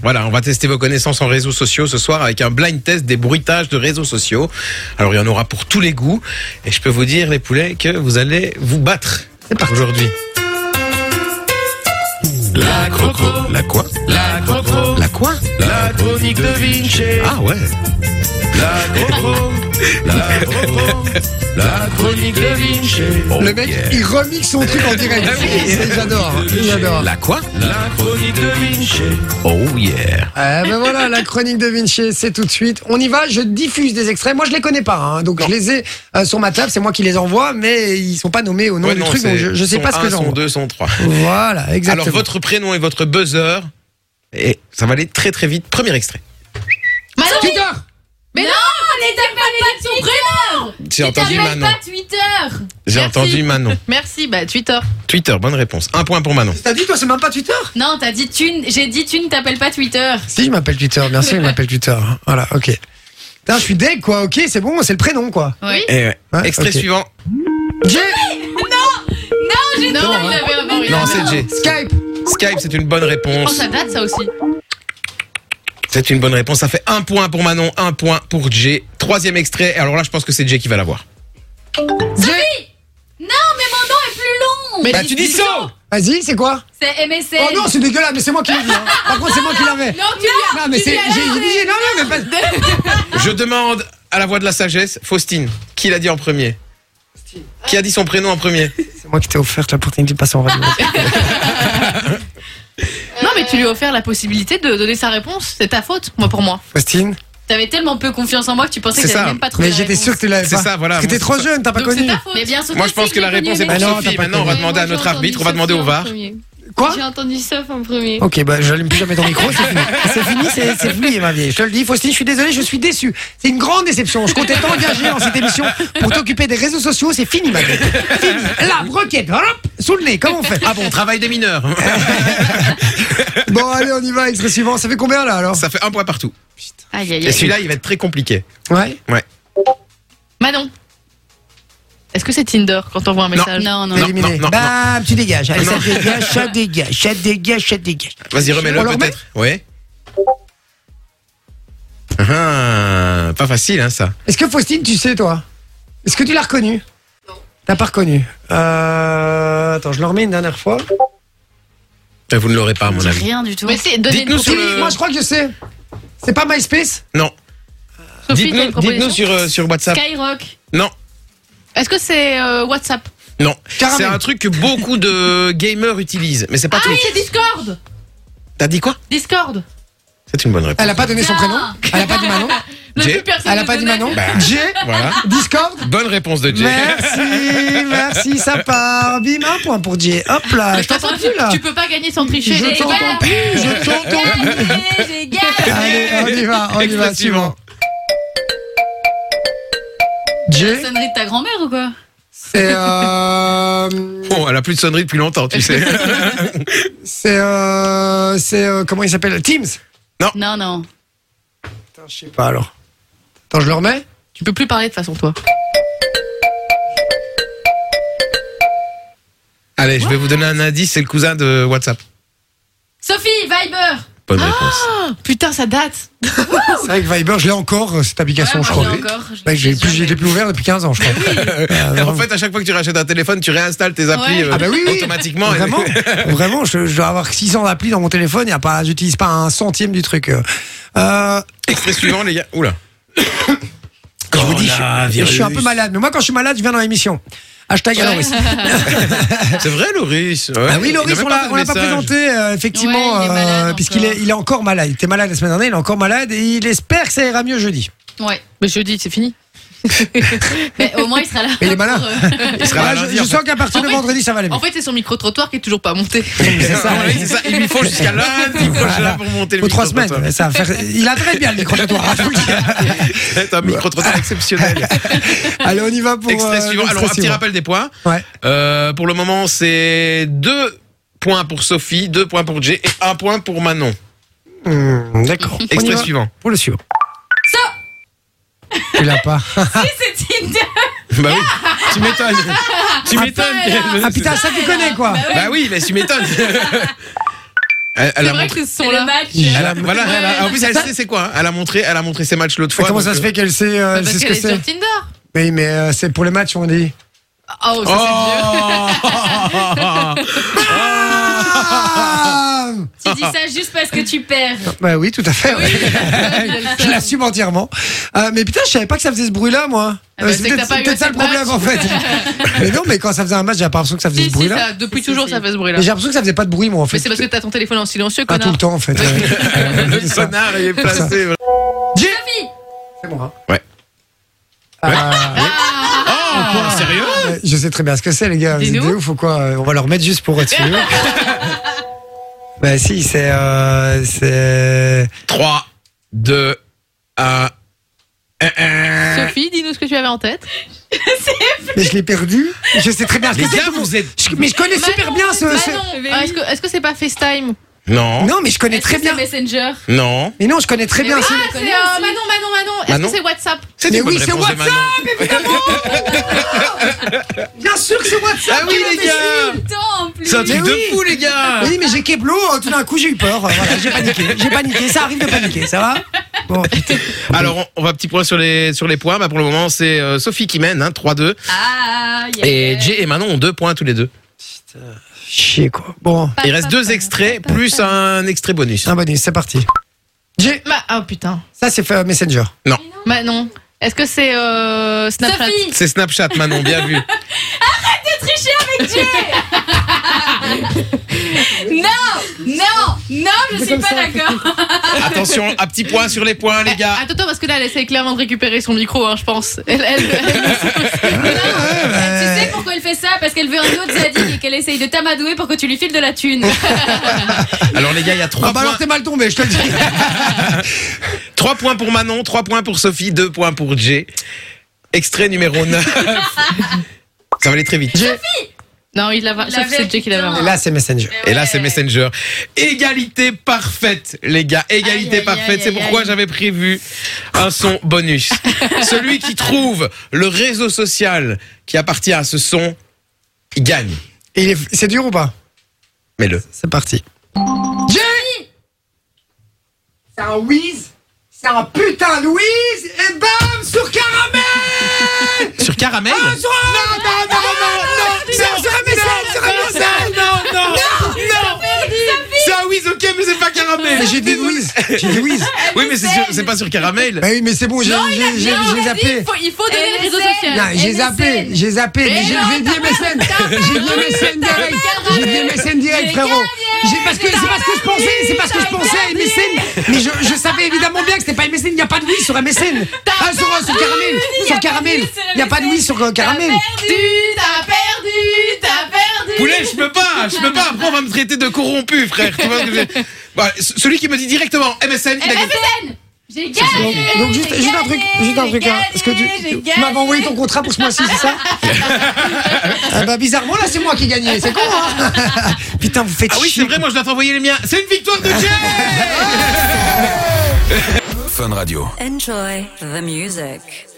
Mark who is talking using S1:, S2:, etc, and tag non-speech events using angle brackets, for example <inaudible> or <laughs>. S1: Voilà, on va tester vos connaissances en réseaux sociaux ce soir avec un blind test des bruitages de réseaux sociaux. Alors il y en aura pour tous les goûts. Et je peux vous dire, les poulets, que vous allez vous battre. C'est parti. Aujourd'hui.
S2: La croco,
S1: La quoi
S2: la croco,
S1: La quoi
S2: la chronique de Vinci.
S1: Ah ouais
S2: La croco, la croco, la chronique de Vinci.
S1: Oh
S3: Le mec, il remixe son truc en direct.
S1: Ah oui.
S3: C'est- J'adore, j'adore.
S1: La quoi
S2: La chronique de Vinci.
S1: Oh yeah
S3: Eh ben voilà, la chronique de Vinci, c'est tout de suite. On y va, je diffuse des extraits. Moi, je les connais pas, hein, donc je les ai euh, sur ma table. C'est moi qui les envoie, mais ils sont pas nommés au nom
S1: Ouais,
S3: du
S1: non,
S3: truc.
S1: c'est
S3: Donc je, je sais
S1: son
S3: pas ce
S1: un,
S3: que
S1: Son
S3: j'envoie.
S1: 2, son 3.
S3: Voilà, exactement.
S1: Alors votre prénom et votre buzzer. Et ça va aller très très vite. Premier extrait.
S3: Twitter
S4: Mais non, n'éteins pas les son prénom
S1: J'ai entendu
S4: N'éteins
S1: Manon.
S4: pas Twitter
S1: J'ai
S4: Merci.
S1: entendu Manon.
S4: Merci, bah Twitter.
S1: Twitter, bonne réponse. Un point pour Manon.
S3: T'as dit toi, c'est même pas Twitter
S4: Non, t'as dit Thune, j'ai dit Thune, t'appelles pas Twitter.
S3: Si, je m'appelle Twitter. Bien sûr, il m'appelle Twitter. Voilà, ok. Putain, je suis deg, quoi. Ok, c'est bon, c'est le prénom, quoi.
S4: Oui
S1: Et Eh ouais.
S3: Ouais,
S1: Extrait
S3: ok.
S1: suivant.
S3: J,
S4: Non, Ah, j'ai dit,
S1: Non,
S4: il
S1: hein.
S4: avait avant. il
S1: Non,
S4: avait
S1: c'est
S3: Oh,
S4: avant.
S1: J.
S3: Skype.
S1: Skype, c'est une bonne
S4: Oh,
S1: réponse.
S4: ça date ça aussi.
S1: C'est une bonne réponse. Ça fait un point pour Manon, un point pour J. Troisième extrait. Alors là, je pense que c'est J qui va l'avoir.
S3: J.
S4: Non, mais mon nom est plus long
S1: Bah, tu dis ça
S3: Vas-y, c'est quoi
S4: C'est MSN
S3: Oh non, c'est dégueulasse, mais c'est moi qui l'ai dit. hein. Par contre, c'est moi qui l'avais.
S4: Non, tu viens
S3: Non, mais c'est. J'ai j'ai dit, non, non, mais pas.
S1: Je demande à la voix de la sagesse, Faustine, qui l'a dit en premier Qui a dit son prénom en premier
S3: C'est moi qui t'ai offert l'opportunité de passer en radio.
S5: Non, mais tu lui as offert la possibilité de donner sa réponse. C'est ta faute, moi pour moi.
S3: Faustine
S4: T'avais tellement peu confiance en moi que tu pensais
S1: C'est
S4: que
S1: ça.
S4: t'avais même pas trouvé
S3: Mais
S4: la
S3: j'étais
S4: réponse.
S3: sûr que tu l'avais
S1: C'est
S3: pas.
S1: ça, voilà,
S3: Parce que
S1: moi,
S3: t'es
S1: c'est
S3: trop
S1: ça.
S3: jeune, t'as pas
S5: Donc c'est
S3: connu.
S5: ta faute.
S4: Mais bien sûr
S1: Moi,
S4: toi,
S1: je pense
S4: c'est
S1: que la
S4: j'ai connu
S1: réponse est
S4: les
S1: pour
S3: Ah non,
S1: Sophie.
S3: t'as pas
S1: Maintenant, on va demander à notre arbitre, on va demander au VAR.
S3: Quoi
S6: J'ai entendu Sof en premier.
S3: Ok, bah j'allume plus jamais ton micro, c'est fini. C'est fini, c'est- c'est fini, ma vieille. Je te le dis, Faustine, je suis désolé, je suis déçu. C'est une grande déception. Je comptais t'engager dans cette émission pour t'occuper des réseaux sociaux, c'est fini, ma vieille. Fini. La broquette, hop, sous le nez, comment
S1: <laughs>
S3: on fait
S1: Ah bon, travail des
S3: <laughs>
S1: mineurs.
S3: Bon, allez, on y va, extrait suivant. Ça fait combien là alors
S1: Ça fait un point partout.
S5: Aïe, aïe,
S1: Et
S5: aïe.
S1: celui-là, il va être très compliqué.
S3: Ouais.
S5: Manon. Est-ce que c'est Tinder quand on voit un message
S4: Non, non,
S1: Non,
S3: Éliminé.
S1: non, non,
S3: Bam, tu dégages. Allez, ça
S1: Non.
S3: dégage, ça dégage, ça dégage, ça dégage.
S1: Vas-y, remets-le
S3: On le remet
S1: peut-être. Oui. Ah, pas facile, hein, ça.
S3: Est-ce que Faustine, tu sais, toi Est-ce que tu l'as reconnue Non. T'as pas reconnu Euh. Attends, je le remets une dernière fois.
S1: Ben, Vous ne l'aurez pas, à mon avis.
S4: Rien du tout.
S5: Mais c'est donner une
S1: Dites-nous sur
S3: Si,
S1: le-
S3: Moi, je crois que je sais. C'est pas MySpace
S1: Non.
S5: Sophie, t'as une
S1: Dites-nous
S5: proposition
S1: dites-nous sur, euh, sur WhatsApp.
S4: Skyrock.
S1: Non.
S5: Est-ce que c'est euh, WhatsApp
S1: Non,
S3: Caramel.
S1: c'est un truc que beaucoup
S3: <laughs>
S1: de gamers utilisent, mais c'est pas
S5: Ah
S1: tout.
S5: oui, c'est Discord
S1: T'as dit quoi
S5: Discord
S1: C'est une bonne réponse.
S3: Elle a pas donné son
S4: Ah.
S3: prénom. Elle a pas dit Manon.
S5: Ne
S1: Jay
S5: plus personne
S3: Elle a
S5: ne
S3: pas dit
S5: donnait.
S3: Manon.
S1: Bah.
S3: J.
S1: Voilà.
S3: Discord.
S1: Bonne réponse de Jay.
S3: Merci, merci, ça part. Bim, un point pour J. Hop là,
S5: Mais
S3: je t'entends
S5: attends,
S3: plus là.
S5: Tu peux pas gagner sans tricher.
S3: Je
S5: Et
S3: t'entends
S5: voilà.
S3: plus, je t'entends plus.
S4: Gagné, j'ai gagné.
S3: Allez, on y va, on y va,
S1: Extrait
S3: suivant.
S1: suivant.
S3: J,
S4: La sonnerie de ta grand-mère ou quoi
S3: c'est euh.
S1: Bon, elle a plus de sonnerie depuis longtemps, tu
S3: <laughs>
S1: sais.
S3: C'est euh, c'est euh, comment il s'appelle Teams.
S4: Non, non.
S3: Putain, je sais pas alors. Attends, je le remets.
S5: Tu peux plus parler de toute façon, toi.
S1: Allez, je vais vous donner un indice, c'est le cousin de WhatsApp.
S4: Sophie, Viber.
S1: Bonne réponse.
S5: Ah, putain, ça date
S3: C'est vrai que Viber, je l'ai encore euh, cette application,
S4: Ah
S3: je
S4: Ouais, moi,
S3: crois.
S4: je l'ai encore, je l'ai
S3: Ouais, j'ai plus,
S4: jamais.
S3: je l'ai plus ouvert depuis 15 ans, je crois. Euh,
S1: Et en
S3: vraiment.
S1: fait, à chaque fois que tu rachètes un téléphone, tu réinstalles tes applis
S4: Ouais.
S1: euh,
S3: ah bah oui, oui.
S1: automatiquement. Et-
S3: Vraiment,
S4: <laughs>
S3: vraiment, je, je dois avoir 600 applis dans mon téléphone. Y a pas, j'utilise pas un centième du truc. euh. Euh,
S1: <laughs> Extrait suivant, les gars. Oula.
S3: je
S1: Oh
S3: vous dis, je, je suis un peu malade. Mais moi, quand je suis malade, je viens dans l'émission. Hashtag Aloris.
S1: C'est vrai, Loris. Ouais.
S3: Ah oui,
S1: Il
S3: Loris,
S1: a même
S3: on l'a
S1: fait de
S3: on l'a pas
S1: message.
S3: présenté, euh, effectivement,
S4: Ouais, il est malade
S3: euh, puisqu'il
S4: encore.
S3: est, il est encore malade. Il était malade la semaine dernière, il est encore malade et il espère que ça ira mieux jeudi.
S4: Ouais.
S5: Mais je dis, c'est <laughs> fini.
S4: Mais au moins, il sera là.
S3: Mais il est
S4: pour,
S3: malin.
S4: euh,
S1: Il sera
S3: Voilà,
S1: là lundi,
S3: je, je
S1: en fait.
S3: sens qu'à partir
S5: En
S3: de
S5: fait-
S3: vendredi, ça va aller mieux.
S5: En fait, c'est son micro-trottoir qui est toujours pas monté.
S3: C'est ça.
S1: Ah ouais, c'est ça. Il lui faut jusqu'à
S3: <laughs>
S1: lundi prochain pour monter le
S3: Faut trois
S1: micro-trottoir.
S3: semaines. mais Ça va faire... Il a très bien le micro-trottoir. hein, je vous le
S1: <laughs>
S3: dis.
S1: C'est un micro-trottoir exceptionnel.
S3: Allez, on y va <laughs> pour.
S1: Extrait
S3: euh,
S1: suivant.
S3: l'extrait
S1: Alors, un petit
S3: suivant.
S1: rappel des points.
S3: Ouais.
S1: Euh, pour le moment, c'est deux points pour Sophie, deux points pour Jay et un point pour Manon.
S3: Hmm, D'accord. On y
S1: Extrait
S3: va
S1: suivant.
S3: Pour le suivant.
S4: Ça
S3: Tu l'as pas.
S4: C'est Tinder.
S1: Bah oui. Tu m'étonnes. <laughs> Tu m'étonnes.
S3: Ah putain, ça tu connais quoi. <laughs>
S1: Bah oui, mais tu m'étonnes. Elle, elle
S5: C'est
S1: a
S5: vrai
S1: montré-
S5: qu'ils
S4: C'est
S5: sont
S4: le
S5: là.
S4: match.
S1: elle a- voilà, elle a- en plus, elle
S3: Ça-
S1: sait c'est quoi. hein. Elle a montré, elle a montré ses matchs l'autre
S3: Mais
S1: fois.
S3: comment
S1: donc,
S3: ça se
S1: euh,
S3: fait qu'elle sait, euh, elle
S5: Bah,
S3: sait
S5: Parce
S3: ce
S5: qu'elle
S3: que
S5: est
S3: c'est
S5: sur Tinder.
S3: Oui, mais euh, c'est pour les matchs, on dit.
S5: Oh,
S1: euh,
S5: ça
S1: Oh,
S3: <laughs>
S5: Ah
S3: Bam
S4: <laughs> Tu dis ça juste parce que tu perds.
S3: <laughs> bah oui, tout à fait. ouais.
S5: c'est vieux.
S3: <laughs> Je l'assume entièrement. Euh, mais putain, je savais pas que ça faisait ce bruit-là, moi.
S5: Ah bah,
S3: Euh,
S5: c'est
S3: c'est
S5: que
S3: peut-être
S5: t'as pas
S3: c'est
S5: eu
S3: peut-être ça
S5: assez
S3: le
S5: de
S3: problème,
S5: matchs.
S3: en fait.
S5: <laughs>
S3: mais non, mais quand ça faisait un match, j'ai pas l'impression que ça faisait
S5: Si,
S3: ce
S5: si,
S3: bruit-là.
S5: ça- depuis toujours, ça fait ce bruit-là.
S3: Mais j'ai l'impression que ça faisait pas de bruit, moi, en
S5: Mais
S3: fait.
S5: c'est parce que t'as ton téléphone en silencieux,
S3: Pas tout
S5: connard.
S3: le temps,
S1: <laughs>
S3: en fait. ouais. C'est
S1: le
S3: ça.
S1: connard, il est placé. voilà.
S3: Jim
S4: Sophie,
S3: C'est moi. hein.
S1: Ouais.
S3: Ah,
S1: Oh, quoi, sérieux
S3: ouais, je sais très bien ce que c'est, les gars. Vous êtes
S5: Dis-nous.
S3: des ouf ou quoi Euh, On va leur mettre juste pour
S1: <laughs>
S3: être sûr. Bah si, c'est... euh, c'est...
S1: 3, 2, 1.
S5: <laughs> Sophie, dis-nous ce que tu avais en tête.
S3: Mais je l'ai perdu. Je sais très bien ce
S1: Les
S3: que c'est.
S1: gars, vous êtes.
S3: Je- Mais je connais super bien ce... ce-
S5: Manon, ah, est-ce que est-ce que c'est pas FaceTime
S1: Non,
S3: Non, mais je connais
S4: est-ce
S3: très
S4: que c'est
S3: bien.
S4: Messenger
S1: non.
S3: Mais non, je connais très bien.
S5: Ah,
S3: ce-
S5: c'est euh, Manon, Manon, Manon. Est-ce
S1: Manon
S5: que c'est WhatsApp
S1: C'est
S3: Mais
S1: une
S3: oui,
S1: bonne
S3: c'est
S1: réponse de
S3: WhatsApp,
S1: Manon.
S3: Bien sûr que c'est WhatsApp.
S1: Ah oui,
S3: quel
S1: les gars
S4: Tout le temps en plus.
S1: C'est un truc
S3: Mais
S1: de
S3: oui.
S1: fou, les gars
S3: Oui, mais j'ai Keblo, euh, tout d'un coup j'ai eu peur. Euh, Voilà, j'ai paniqué, j'ai paniqué, ça arrive de paniquer, ça va Bon,
S1: Ah,
S3: putain.
S1: Alors, on, on va petit point sur les, sur les points. Bah, pour le moment, c'est euh, Sophie qui mène, hein, 3-2.
S4: Ah, yeah.
S1: Et Jay et Manon ont 2 points tous les deux.
S3: Chier quoi. Bon,
S1: Il reste deux extraits, plus un extrait bonus.
S3: un bonus, c'est parti. J'ai-
S5: Ma- Ah putain.
S3: Ça c'est fait euh, Messenger.
S5: Manon, est-ce que c'est euh, Snapchat
S4: Sophie,
S1: C'est Snapchat, Manon, bien
S3: <laughs>
S1: vu.
S4: non, non, je suis pas d'accord.
S1: Attention, un petit point sur les points, les gars.
S5: Attends, attends, parce que là, elle essaie clairement de récupérer son micro, hein, je pense. Elle, elle,
S3: Euh.
S4: Tu sais pourquoi elle fait ça Parce qu'elle veut un autre zadig et qu'elle essaye de t'amadouer pour que tu lui files de
S3: <laughs>
S4: la thune.
S1: Alors, les gars, il y a
S3: Ah
S1: 3
S3: bah alors
S1: points.
S3: t'es mal tombé, je te le dis.
S1: 3 points pour Manon, 3 points pour Sophie, 2 points pour Jay. Extrait numéro
S3: <laughs>
S1: 9. Ça va aller très vite.
S5: Non, il l'avait.
S4: Il
S5: Sauf que c'est
S4: l'avait,
S5: Jay qui l'avait.
S4: putain.
S3: <laughs>
S5: avant.
S3: Et là c'est Messenger.
S1: Et là, c'est Messenger. Égalité parfaite, les gars. Égalité
S5: Aïe, aïe,
S1: parfaite.
S5: aïe,
S1: C'est
S5: aïe,
S1: pourquoi
S5: aïe.
S1: j'avais prévu un son
S5: <laughs>
S1: bonus. Celui qui trouve le réseau social qui appartient à ce son, il gagne.
S3: Et il est- c'est dur ou pas
S1: Mets-le.
S3: C'est parti. J'ai C'est un whiz, c'est un putain de whiz et bam sur caramel hein,
S1: Sur caramel
S3: sur Non, non, non, non, non, sur, sur un message, sur un message
S1: non, non, non. C'est un whiz, ok, mais c'est pas caramel.
S3: Mais j'ai dit
S1: Désolé.
S3: whiz, j'ai dit <laughs> whiz.
S1: Oui, mais c'est sur- c'est pas sur caramel.
S3: Bah oui, mais c'est bon, j'ai j'ai- j'ai- j'ai zappé.
S5: Il faut, il faut donner
S4: Elle
S5: le réseau
S4: essaie.
S5: social.
S3: Non, j'ai
S4: MSN.
S3: zappé, j'ai zappé, mais j'ai j'ai oublié mes scènes. J'ai oublié mes scènes direct. J'ai oublié mes scènes direct, frérot. J'ai- Parce que c'est parce que je pensais, c'est parce que je pensais mes scènes. Mais je, je savais évidemment bien que c'était pas mes scènes. Il n'y a pas de oui sur MSN. Ah, sur, sur caramel, sur caramel. Il n'y a pas de oui sur euh, caramel.
S5: Tu t'as perdu, t'as perdu.
S1: Poulet, je peux pas, je peux pas. Après, on va me traiter de corrompu, frère. Tu vois ce que je- Bah, c- celui qui me dit directement MSN,
S3: Eh,
S1: il a gagné.
S4: J'ai gagné.
S3: Donc, donc juste, juste un truc, juste un truc. hein. Est-ce que tu,
S4: J'ai
S3: tu m'avais envoyé ton contrat pour ce mois-ci, c'est ça Ah bah bizarrement là c'est moi qui ai gagné, c'est con. Hein Putain vous faites
S1: Ah oui,
S3: chier.
S1: c'est vrai, moi je dois t'envoyer les miens. C'est une victoire
S3: <laughs>
S1: de Jay
S2: Fun Radio.
S6: Enjoy the music.